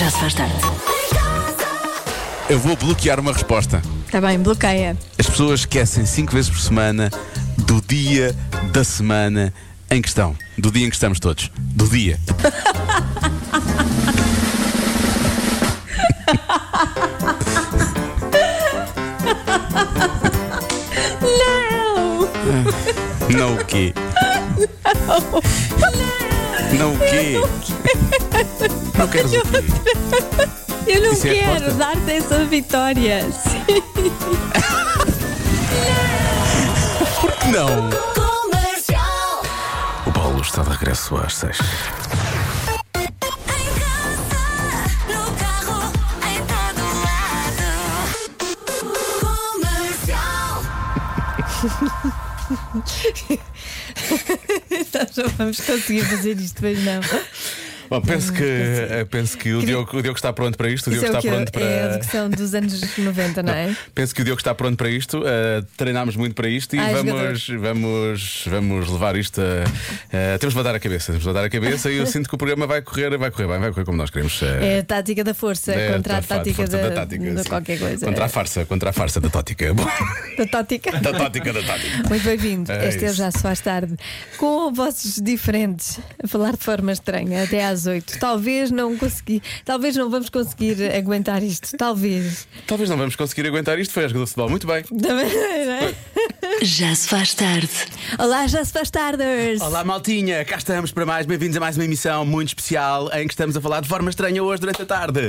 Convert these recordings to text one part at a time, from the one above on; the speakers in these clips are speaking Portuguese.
Já se faz tarde. Eu vou bloquear uma resposta. Está bem, bloqueia. As pessoas esquecem cinco vezes por semana do dia da semana em questão. Do dia em que estamos todos. Do dia. Não! Não o quê? Não o quê? Não queres o quê? Eu não Isso é a quero resposta? dar-te essa vitória. Sim. Não. Comercial. O Paulo está de regresso às seis. Em casa, no carro, em todo lado. Comercial. Nós não então vamos conseguir fazer isto, mas não. Bom, penso que, eh, penso que o, Diogo, o Diogo está pronto para isto. O Isso Diogo é o está que pronto para. é a discussão dos anos 90, não é? Penso que o Diogo está pronto para isto. eh, treinámos muito para isto e Ah, é vamos, vamos, vamos levar isto a. eh, temos de bater a cabeça. Temos de bater a cabeça e eu sinto que o programa vai correr, vai correr bem, vai correr como nós queremos. eh, É a tática da força eh, contra a da fa- tática força da, da tática, da sim. qualquer coisa. é. Contra a farsa, contra a farsa da tática. Bom, Da tática. da tática, da tática. Muito bem-vindo. É este é o isso. Já Se Faz Tarde. Com vossos diferentes, a falar de forma estranha, até às 8. Talvez não consegui, talvez não vamos conseguir aguentar isto. Talvez. Talvez não vamos conseguir aguentar isto. Foi a jogador de futebol. Muito bem. Da maneira- Já se faz tarde. Olá, já se faz tarders! Olá, maltinha, cá estamos para mais. Bem-vindos a mais uma emissão muito especial em que estamos a falar de forma estranha hoje durante a tarde.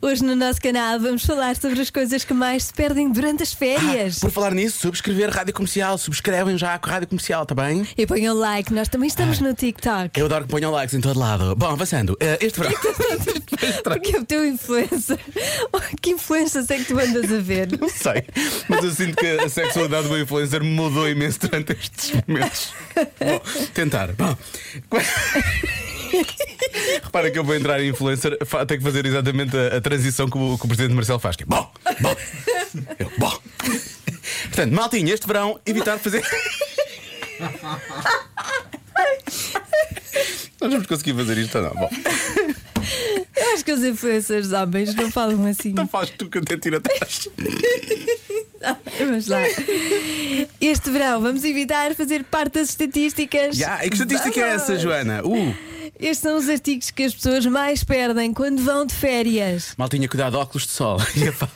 Hoje no nosso canal vamos falar sobre as coisas que mais se perdem durante as férias. Ah, Por falar nisso, subscrever Rádio Comercial, subscrevem já a Rádio Comercial, tá bem? E ponham like, nós também Ah, estamos no TikTok. Eu adoro que ponham likes em todo lado. Bom, avançando, eh, este verão. Porque é o teu influencer. Oh, que influencers é que tu andas a ver? Não sei, mas eu sinto que a sexualidade do influencer mudou imenso durante estes momentos. Bom, tentar. Bom, qu- repara que eu vou entrar em influencer, fa- tenho que fazer exatamente a, a transição que o, que o presidente Marcelo faz. Que é bom, bom, eu, bom. Portanto, maltinho, este verão, evitar fazer. Nós vamos conseguir fazer isto ou não? Bom, Eu acho que os influencers homens não falam assim. então faz tu que eu até tiro atrás. Vamos lá. Este verão vamos evitar fazer parte das estatísticas. Ya, e que estatística é essa, Vamos! Joana? Uh, Estes são os artigos que as pessoas mais perdem quando vão de férias. Maltinha, cuidado, óculos de sol. E a, fa-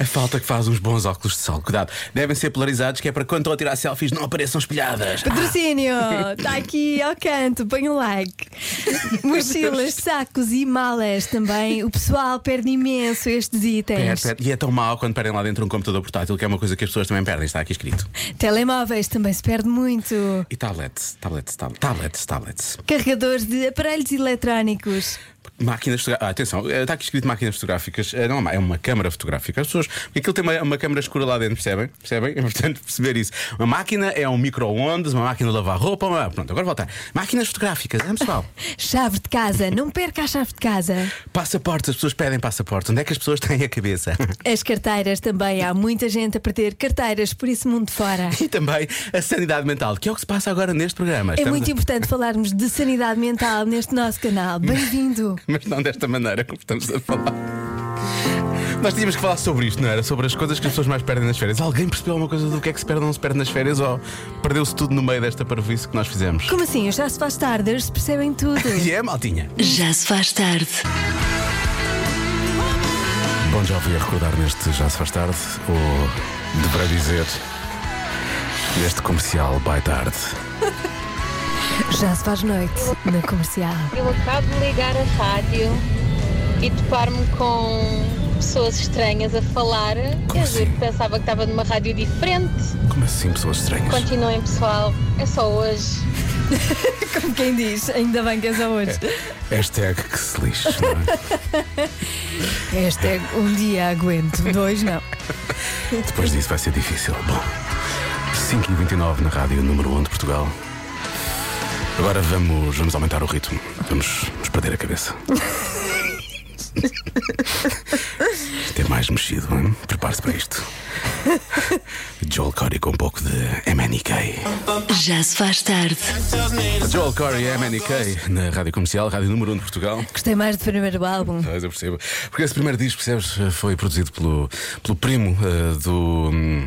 a falta que faz uns bons óculos de sol, cuidado. Devem ser polarizados, que é para quando estão a tirar selfies não apareçam espelhadas. Patrocínio, está aqui ao canto, põe um like. Mochilas, sacos e malas também. O pessoal perde imenso estes Perde, itens. perde. E é tão mau quando perdem lá dentro um computador portátil, que é uma coisa que as pessoas também perdem, está aqui escrito. Telemóveis também se perde muito. E tablets, tablets, tab- tablets, tablets. Carregadores de aparelhos eletrónicos. Máquinas fotográficas. Ah, atenção, eh, está aqui escrito máquinas fotográficas. Eh, Não é uma, é uma câmara fotográfica. As pessoas. Porque aquilo tem uma, uma câmara escura lá dentro, percebem? Percebem? É importante perceber isso. Uma máquina é um micro-ondas, uma máquina de lavar roupa. Uma... Pronto, agora voltar. Máquinas fotográficas, é pessoal. Chave de casa, não perca a chave de casa. Passaportes, as pessoas pedem passaportes. Onde é que as pessoas têm a cabeça? As carteiras também, há muita gente a perder carteiras por esse mundo fora. E também a sanidade mental, que é o que se passa agora neste programa. É Estamos muito a- importante falarmos de sanidade mental neste nosso canal. Bem-vindo! Mas não desta maneira como estamos a falar. Nós tínhamos que falar sobre isto, não era? Sobre as coisas que as pessoas mais perdem nas férias. Alguém percebeu alguma coisa do que é que se perde ou não se perde nas férias ou perdeu-se tudo no meio desta parvoíce que nós fizemos? Como assim? Eu Já se faz tarde, eles percebem tudo. E é, maltinha? Já se faz tarde. Bom, já ouvi a recordar neste Já Se Faz Tarde, ou deverá dizer, neste comercial by tarde. Já se faz noite na comercial. Eu acabo de ligar a rádio e topar-me com pessoas estranhas a falar. Como eu juro assim? que pensava que estava numa rádio diferente. Como assim, pessoas estranhas? Continuem, pessoal. É só hoje. Como quem diz, ainda bem que é só hoje. Hashtag que se lixe, não é? Este é um dia aguento, dois não. Depois disso vai ser difícil. Bom, 5h29 na rádio número 1 de Portugal. Agora vamos, vamos aumentar o ritmo. Vamos nos perder a cabeça. Isto é mais mexido, hein? prepare-se para isto. Joel Corey com um pouco de MNK. Já se faz tarde. Joel Corey e MNK na rádio comercial, rádio número 1 de Portugal. Gostei mais do primeiro álbum. Pois, eu percebo. Porque esse primeiro disco, percebes, foi produzido pelo, pelo primo eh, do. hum,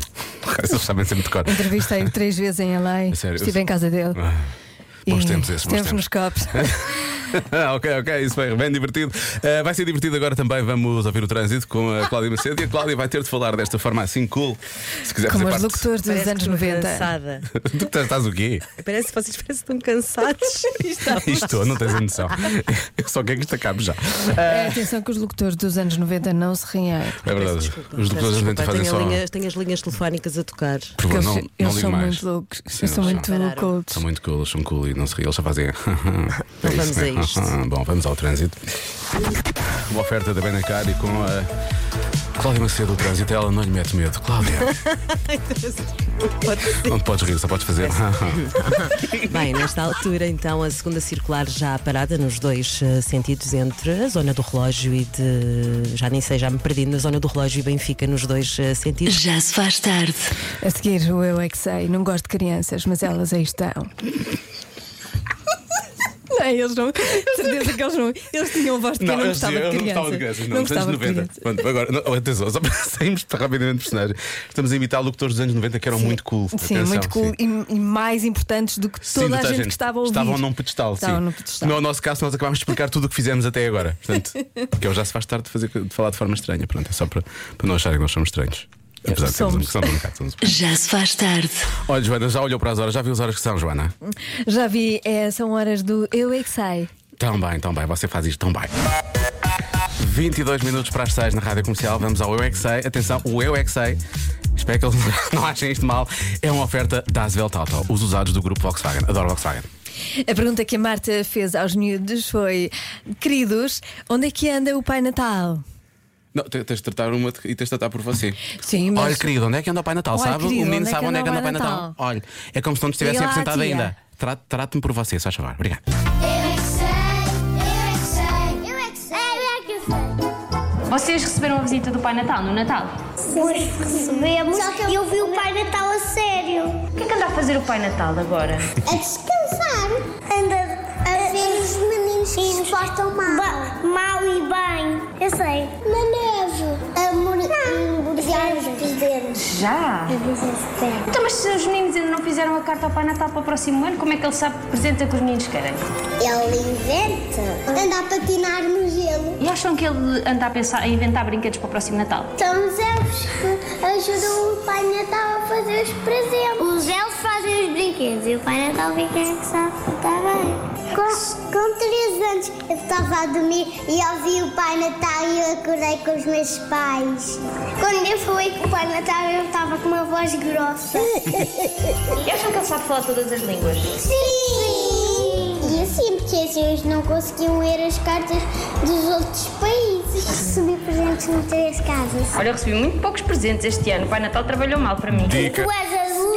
Eles sabem sempre de cor. Entrevistei três vezes em LA. sério? Estive em casa dele. Ah, Bons E tempos esses, bons Estivemos nos copos. Ah, ok, ok, isso foi bem divertido. Ah, vai ser divertido agora também. Vamos ouvir o trânsito com a Cláudia Macedo. E a Cláudia vai ter de falar desta forma assim cool. Se quiser Como os fazer parte. locutores dos Parece anos que estou 90. Cansada. tu que estás o quê? Parece que vocês parecem tão cansados. Estou, não tens a noção. Eu só quero que isto acabe já. Ah. É, atenção que os locutores dos anos 90 não se riem. É verdade. Desculpa, Os peço locutores desculpa, tentam fazem tenho, a só. linha- tenho as linhas telefónicas a tocar. Por favor, eles não, eles não ligo são mais. muito loucos. Sim, eles são eles muito são. cultos. São muito cool, eles são cool e não se riem, eles só fazem. Então É vamos isso, né? a isto. Bom, vamos ao trânsito. Uma oferta da Benacar e com a Cláudia Macedo, o trânsito, ela não lhe mete medo. Cláudia, não te podes rir, só podes fazer. Bem, nesta altura, então, a segunda circular já parada nos dois eh, sentidos entre a zona do relógio e de. Já nem sei, já me perdi, na zona do relógio e Benfica nos dois eh, sentidos. Já se faz tarde. A seguir, o Eu É Que Sei. Não gosto de crianças, mas elas aí estão. Não, eles não. Certeza que eles não. Eles tinham voz de quem não, gostava de crianças. Não, dos anos gostava de 90. crianças. Pronto, agora, não, oh, atenção, só para sairmos para rapidamente de personagem. Estamos a imitar locutores dos anos 90 que eram muito cool. Sim, Atenção, muito cool e, e mais importantes do que toda Sim, a toda gente, que estava a ouvir. Estavam num pedestal, Estavam sim. num pedestal. No nosso caso, nós acabámos de explicar tudo o que fizemos até agora. Portanto, porque eu já se faz tarde de, fazer, de falar de forma estranha. Pronto, é só para, para não acharem que nós somos estranhos. Apesar de sermos um, Somos. somos um bocado. Somos. um bocado. Já se faz tarde. Olha, Joana, já olhou para as horas, já viu as horas que são, Joana? Já vi, é, são horas do Eu É Que Sei. Tão bem, tão bem, você faz isto tão bem. 22 minutos para as 6 na rádio comercial, vamos ao Eu É Que Sei. Atenção, o Eu É Que Sei, espero que eles não achem isto mal, é uma oferta da Asvelt Auto, os usados do grupo Volkswagen. Adoro Volkswagen. A pergunta que a Marta fez aos miúdos foi: Queridos, onde é que anda o Pai Natal? Não, te- tens de tratar uma de- e tens de tratar por você. Sim, mas. Olha, querido, onde é que anda o Pai Natal? Olha, sabe? querido, o menino onde é sabe que onde é que anda o anda o Pai Pai Natal. Natal? Olha, é como se não nos tivessem Diga lá à apresentado tia. ainda. Tra- Trate-me por você, se faz favor. Obrigado. Vocês receberam a visita do Pai Natal no Natal? Hoje recebemos e eu vi o Pai Natal a sério. O que é que anda a fazer o Pai Natal agora? A descansar. Anda a ver os meninos que se portam mal. mal e bem. Eu sei. Na neve. A mergulhar os dentes. Já! Então, mas se os meninos ainda não fizeram a carta ao Pai Natal para o próximo ano, como é que ele sabe que presente é que os meninos querem? Ele inventa. Anda a patinar no gelo. E acham que ele anda a pensar a inventar brinquedos para o próximo Natal? São Então, os elfos que ajudam o Pai Natal a fazer os presentes. Os elfos fazem os brinquedos e o Pai Natal fica que sabe está bem. Com, com três anos eu estava a dormir e ouvi o Pai Natal e eu acordei com os meus pais. Quando eu falei com o Pai Natal eu estava com uma voz grossa. E acham que ele sabe falar todas as línguas? Sim! E assim, porque assim eles não conseguiam ler as cartas dos outros países. Recebi presentes em três casas. Olha, eu recebi muito poucos presentes este ano. O Pai Natal trabalhou mal para mim. Tu és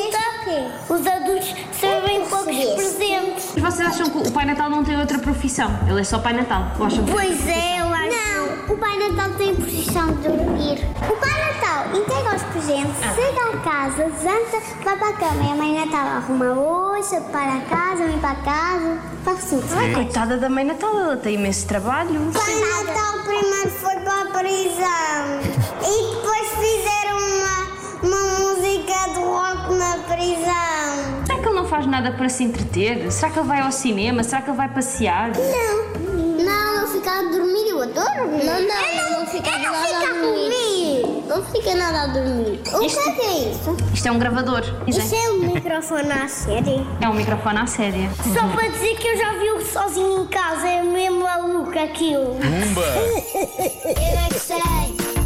adulta, os adultos sabem poucos presentes. Mas vocês acham que o Pai Natal não tem outra profissão? Ele é só Pai Natal. Ou acham que- Pois é, eu acho. Não, o Pai Natal tem posição de dormir. O Pai Natal entrega os presentes, chega a casa, janta, vai para a cama. E a Mãe Natal arruma hoje, para a casa, vem para casa, faz tudo. Ai, coitada da Mãe Natal, ela tem imenso trabalho. Pai Natal primeiro foi para a prisão e depois fizeram uma, uma música de rock na prisão. Será que ele não faz nada para se entreter? Será que ele vai ao cinema? Será que ele vai passear? Não. Não, não fica a dormir, eu adoro dormir. Não, não, eu não, fica nada a dormir. Não fica nada a dormir. O que é que é isso? Isto é um gravador. Isso é um microfone à série. É um microfone à séria. Só para dizer que eu já vi sozinho em casa, é mesmo maluco aquilo. Uh! Pumba! Eu é que sei,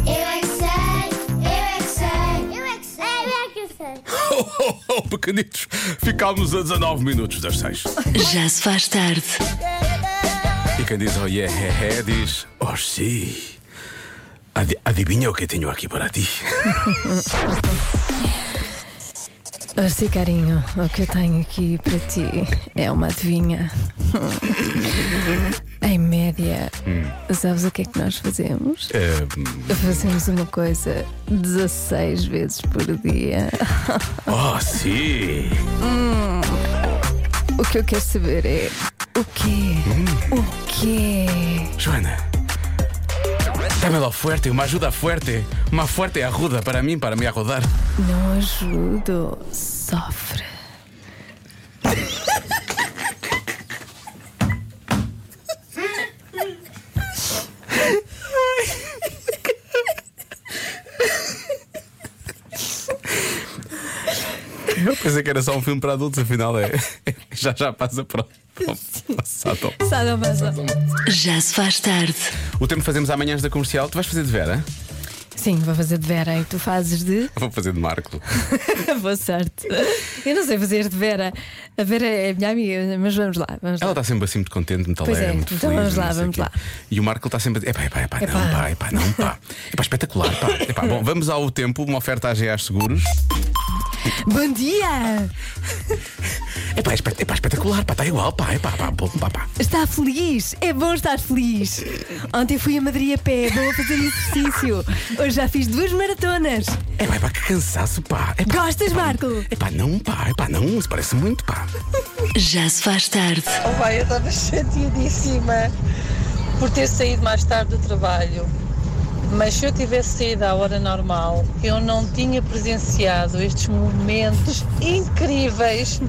eu é que sei, eu é que sei, eu é que sei, eu é que sei. Oh, oh, oh, pequenitos, ficámos a 19 minutos das 6. Já se faz tarde. é E quem diz oh yeah, é, é, diz oh sim. Adi- adivinha o que tenho aqui para ti? Oh, sim, carinho, o que eu tenho aqui para ti é uma adivinha. Em média, sabes o que é que nós fazemos? Eh, Fazemos uma coisa 16 vezes por dia. oh, sim! O que eu quero saber é o quê? O quê? Joana, dame la fuerte, uma ajuda fuerte. Uma fuerte ajuda para mim, para me ajudar. Não ajudo, sofre. Eu pensei que era só um filme para adultos, afinal é. Já já passa para o para o passado. Sadomaso. Já se faz tarde. O tempo que fazemos amanhã da comercial, tu vais fazer de Vera? Sim, vou fazer de Vera e tu fazes de. Vou fazer de Marco. Boa sorte. Eu não sei fazer de Vera. A Vera é minha amiga, mas vamos lá. Vamos lá. Ela está sempre assim muito contente, muito Pois alegre, é, muito então feliz. vamos lá, não sei vamos o quê. lá. E o Marco está sempre. Epá, epá, epá, Epá. não, pá, epá, não, pá. Epá, espetacular, pá. Epá, bom, vamos ao tempo, uma oferta à GA Seguros. Bom dia! Epá, é espet- epá, espetacular, pá, está igual, pá, epá, pá, bom, pá, pá. Está feliz? É bom estar feliz. Ontem fui a Madrid a pé, vou fazer exercício. Hoje já fiz duas maratonas. Epá, epá, que cansaço, pá. Epá, Gostas, Marco? epá, não, pá, epá, não, isso parece muito, pá. Já se faz tarde. Oh, vai, eu estava chateadíssima por ter saído mais tarde do trabalho. Mas se eu tivesse saído à hora normal, eu não tinha presenciado estes momentos incríveis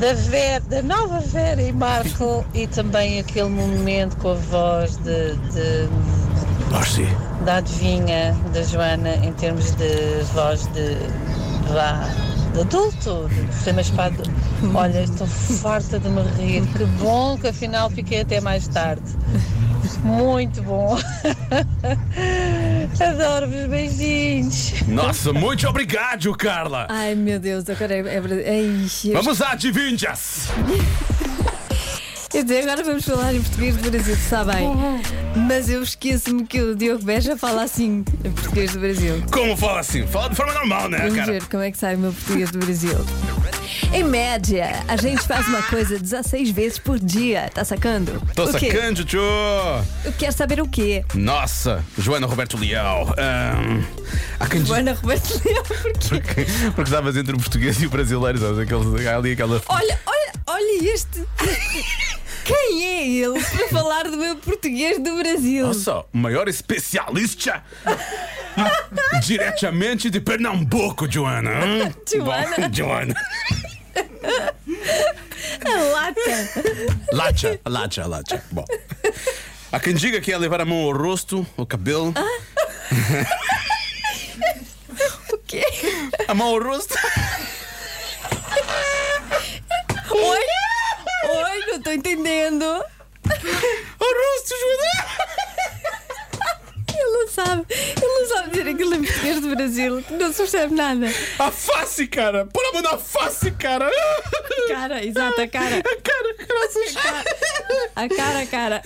da Vera, da nova Vera e Marco e também aquele momento com a voz de- de Nós sim. da adivinha da Joana em termos de voz de, vá, de adulto, de ser mais para adulto. Olha, estou farta de me rir. Que bom que afinal fiquei até mais tarde. Muito bom. Adoro-vos, beijinhos. Nossa, muito obrigado, Carla. Ai meu Deus, agora é. é, verdade- Ai, eu- Vamos à adivinhas. Quer dizer, agora vamos falar em português do Brasil, está bem? Uhum. Mas eu esqueço-me que o Diogo Beja fala assim em português do Brasil. Como fala assim? Fala de forma normal, né, Vamos cara? ver como é que sai o meu português do Brasil. Em média, a gente faz uma coisa 16 vezes por dia, tá sacando? Tô o quê? sacando, tio. Eu quero saber o quê? Nossa, Joana Roberto Leal. Ahn, há quem diz- Joana Roberto Leão, porquê? Porque, porque estavas entre o português e o brasileiro, sabes? Aqueles, há ali aquela. Olha, olha, olha este. Quem é ele para falar do meu português do Brasil? Olha só, o maior especialista diretamente de Pernambuco, Joana. hum? Joana. Bom, Joana. A lata. Lacha, lacha, lacha. Bom. Há quem diga que é levar a mão ao rosto, ao cabelo. Ah. O quê? A mão ao rosto. Oi? Oi, não estou entendendo. Ao rosto, Joana. Ele não sabe. Ele não sabe dizer aquilo em português do Brasil. Não se percebe nada. A face, cara. Pôr a mão na face, cara. Cara, exato, a cara. A cara, graças A cara, a cara.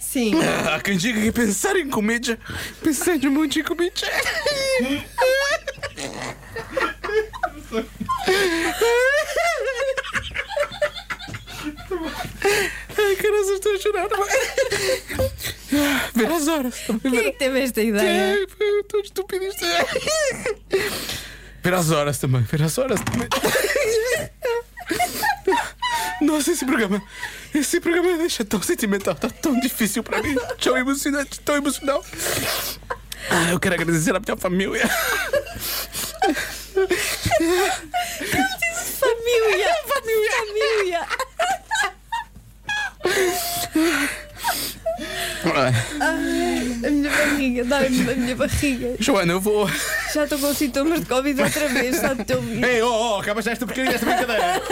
Sim. Há quem diga Ah, que pensar em comédia, pensar de um monte de comédia. Ai, criança, estou a chorar. Ver as horas. Quem é que teve esta ideia? Ai, eu Estou estúpido isto. Ver as horas também, ver as horas também. Nossa, esse programa. Esse programa deixa tão sentimental, tá tão difícil pra mim. Tão emocionante, tão emocional. Ah, eu quero agradecer a minha família. Família! Família! Família! A minha barriga, dói-me a minha barriga. Joana, eu vou. Já estou com sintomas de Covid outra vez, só de te ouvir. Ei, oh, oh, acaba já esta porcaria, esta brincadeira.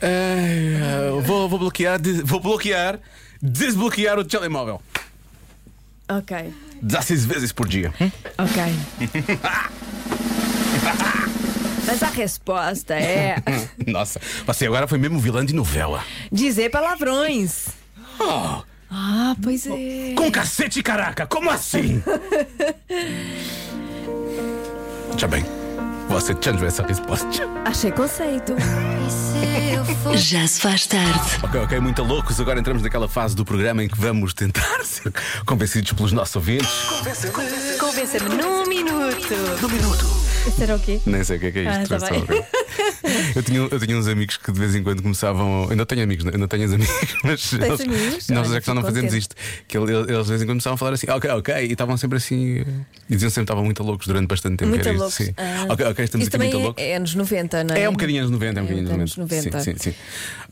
Ai, ah, vou, vou bloquear, de- vou bloquear, desbloquear o telemóvel. Ok, 16 vezes por dia. ok. Mas a resposta é Nossa, você agora foi mesmo vilã de novela. dizer palavrões. Oh, Ah, pois é. com cacete, caraca, como assim? Já bem, você change essa resposta. Achei conceito. eu for. Já se faz tarde. Ok, ok, muito loucos. Agora entramos naquela fase do programa em que vamos tentar ser convencidos pelos nossos ouvintes. Convença-me num minuto. Num minuto. Será o quê? Nem sei o que é que é isto. Ah, tá só bem. para ver. eu, tinha, eu tinha uns amigos que de vez em quando começavam. Ainda tenho amigos, ainda tenho os amigos, mas nós, amigos? nós Olha, já que só não fico fazemos contente. isto. Que ele- eles de vez em quando começavam a falar assim, ok, ok, e estavam sempre assim. eh, E diziam sempre que estavam muito loucos durante bastante tempo. Muito era isto, loucos. sim. Ah. Ok, ok, estamos Isso aqui também muito é- loucos. é anos 90, não é? É um bocadinho anos 90, é um bocadinho É anos 90. 90. Sim, sim, sim.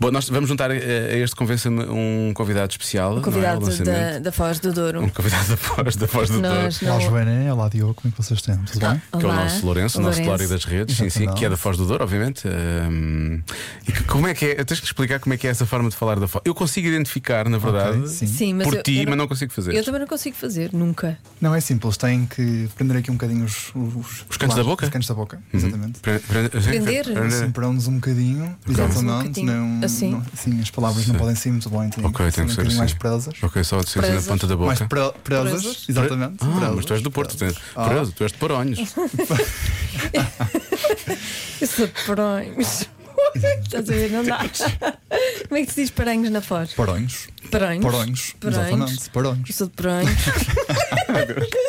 Bom, nós vamos juntar eh, a este Convença-me um convidado especial. O convidado não é? Ao da, lançamento. da Foz do Um Douro. convidado da voz, da voz do Nós Douro. não. Olá, Joana. Olá, Diogo. Como é que vocês estão? Tudo bem? Que é o Olá, nosso Lourenço, o nosso Lourenço. Glória das Redes, sim, sim, Exatamente. que é da Foz do Douro, obviamente. Ahm, e que- como é que é? Tens que explicar como é que é essa forma de falar da Foz. Eu consigo identificar, na verdade, Ok, sim. Sim, mas por eu, ti, eu mas não consigo fazer. Eu também não consigo fazer, nunca. Não é simples, têm que prender aqui um bocadinho os, os, Os cantos da boca? Uhum. Os cantos da boca, exatamente. Pre- pre- Prender? pre- Sim, para uns um bocadinho, exatamente. Um bocadinho. Não, Assim? não- sim, as palavras não podem sair muito bem, têm Ok, ser tem um que ser bocadinho assim. mais presas. Ok, só de ser assim na Presas. ponta da Mais boca. pre- presas, Presas? exatamente. Ah, presas. mas tu és do Porto, tens. Ah. Preso, tu és de Paronhos. Eu sou de paranhos. Estás a ver? Não dá. Como é que se diz paranhos na Foz? Paronhos. Paranhos. Paronhos, exatamente. Eu Paronhos. sou de paranhos.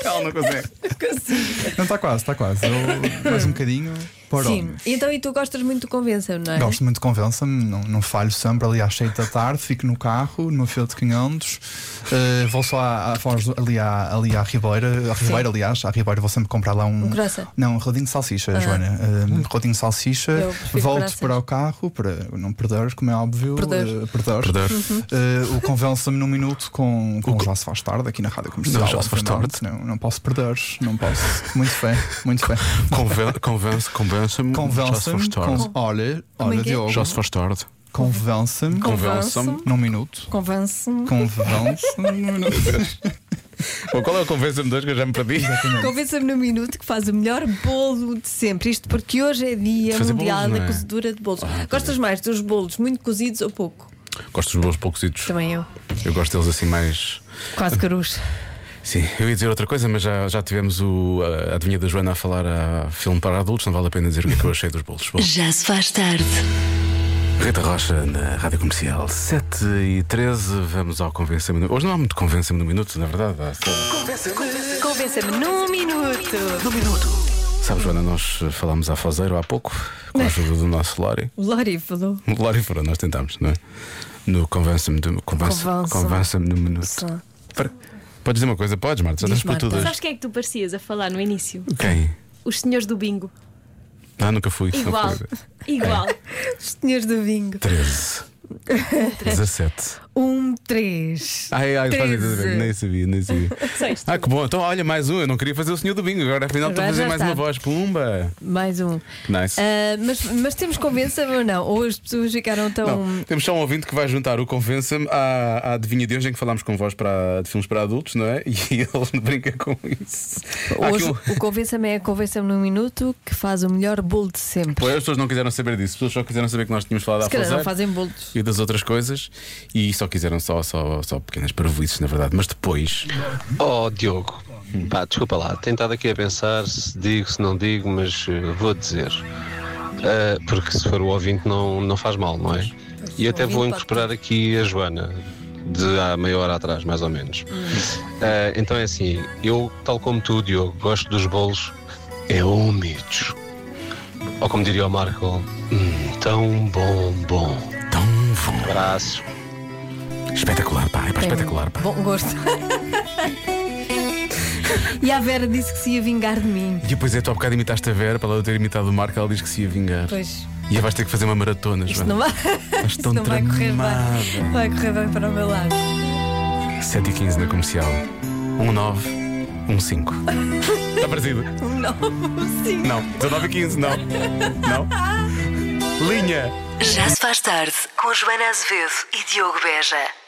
Ela não consegue. Consigo. Não, está quase, está quase. Eu- mais um bocadinho. Sim. Paronhos. Então, e tu gostas muito do Convença-me, não é? Gosto muito de convença-me, não, não falho sempre ali às 6 da tarde, fico no carro, numa fila de 500, eh, vou só à, à Foz, ali à, ali à Ribeira, à Ribeira, aliás, à Ribeira vou sempre comprar lá um. Um croissant. Ah. Hum. não, um rodinho de salsicha, Joana. eh, um rodinho de Eu salsicha, prefiro volto croissants. para o carro para não perder, como é óbvio. Perder. Uhum. eh, perder. Perder. Eh, o convença-me num minuto com, com o Já se faz tarde aqui na Rádio Comercial. Não, Já se faz obviamente. Não, não posso perder, não posso. Muito fé, muito fé. Conven- Convence, convence-me. Já se Convença-me. faz tarde. con- Olha, é olha, que é? Diogo. Já se faz tarde. Convença-me Convença-me. num minuto. Convence-me. Convença-me num minuto. Bom, Qual é o convença-me dois que eu já me perdi? Convença-me no minuto que faz o melhor bolo de sempre. Isto porque hoje é dia Fazer mundial bolos, não da é? cozedura de bolos. Gostas mais dos bolos muito cozidos ou pouco? Gosto dos meus poucositos. Também eu. Eu gosto deles assim mais. Quase carus. Sim, eu ia dizer outra coisa, mas já, já tivemos o, a adivinha da Joana a falar a filme para adultos, não vale a pena dizer o que é que eu achei dos bolos. Bom, Já se faz tarde. Rita Rocha na Rádio Comercial, 7 e 13, vamos ao Convença-me. no- Hoje não há muito Convença-me no Minuto, na verdade. Há só... Convença-me num minuto. Sabe, Joana, nós eh, falámos à Fazeiro há pouco, com a ajuda do nosso Lori. O Lori falou. O Lori fora, nós tentámos, não é? No Convença-me do- convença- Convença-me. Convença-me no Minuto. Só. Para- Podes dizer uma coisa? Podes, Marta, já Diz, estás para Marta. tudo. hoje. Sabes quem é que tu parecias a falar no início? Quem? Os senhores do bingo. Ah, nunca fui. não Igual. fui. Igual. Os senhores do bingo. 13. 17. Um, três. Ai, ai, fazem tudo bem. Treze. nem sabia, nem sabia. Só isto. Ah, que bom. Então, olha, mais um. Eu não queria fazer o senhor do bingo, agora afinal estou a Agora fazer já mais está. uma voz. Pumba! Mais um. Nice. Ah, mas, mas temos convença-me ou não? Ou as pessoas ficaram tão. Não, temos só um ouvinte que vai juntar o Convença-me à, à adivinha de hoje em que falámos com voz para, de filmes para adultos, não é? E ele brinca com isso. Há aqui Hoje um- o convença-me é convença-me num minuto que faz o melhor bolo de sempre. Pois, as pessoas não quiseram saber disso, as pessoas só quiseram saber que nós tínhamos falado Se à calhar Fazer não fazem bolos. e das outras coisas e só quiseram só, só, só pequenas parvoíces, na verdade. Mas depois. Oh, Diogo, pá, desculpa lá, tenho estado aqui a pensar se digo, se não digo, mas eh, vou dizer. Ah, porque se for o ouvinte não, não faz mal, não é? E até vou ouvinte incorporar aqui a Joana, de há meia hora atrás, mais ou menos. Ah, então é assim, eu, tal como tu, Diogo, gosto dos bolos é úmidos. Ou como diria o Marco, hum, tão bom, bom. Tão bom. Abraços. Espetacular, pá. É pá, espetacular, pá. Bom gosto. e a Vera disse que se ia vingar de mim. E depois é, tu há bocado imitaste a Vera, para ela ter imitado o Marco, ela diz que se ia vingar. Pois, E aí vais ter que fazer uma maratona, isto Joana. não vai, Mas isto não vai correr bem. Vai correr bem para o meu lado. 7 e 15 na comercial. 1915. Está parecido? Sim. Não. 19 e 15, não. Não. Linha. Já se faz tarde. Com Joana Azevedo e Diogo Beja.